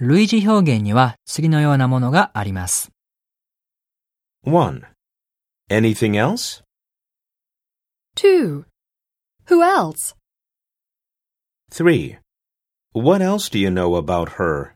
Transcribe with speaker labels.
Speaker 1: 類似表現には次のようなものがあります。
Speaker 2: 1. Anything else?
Speaker 3: 2. Who else?
Speaker 2: 3. What else do you know about her?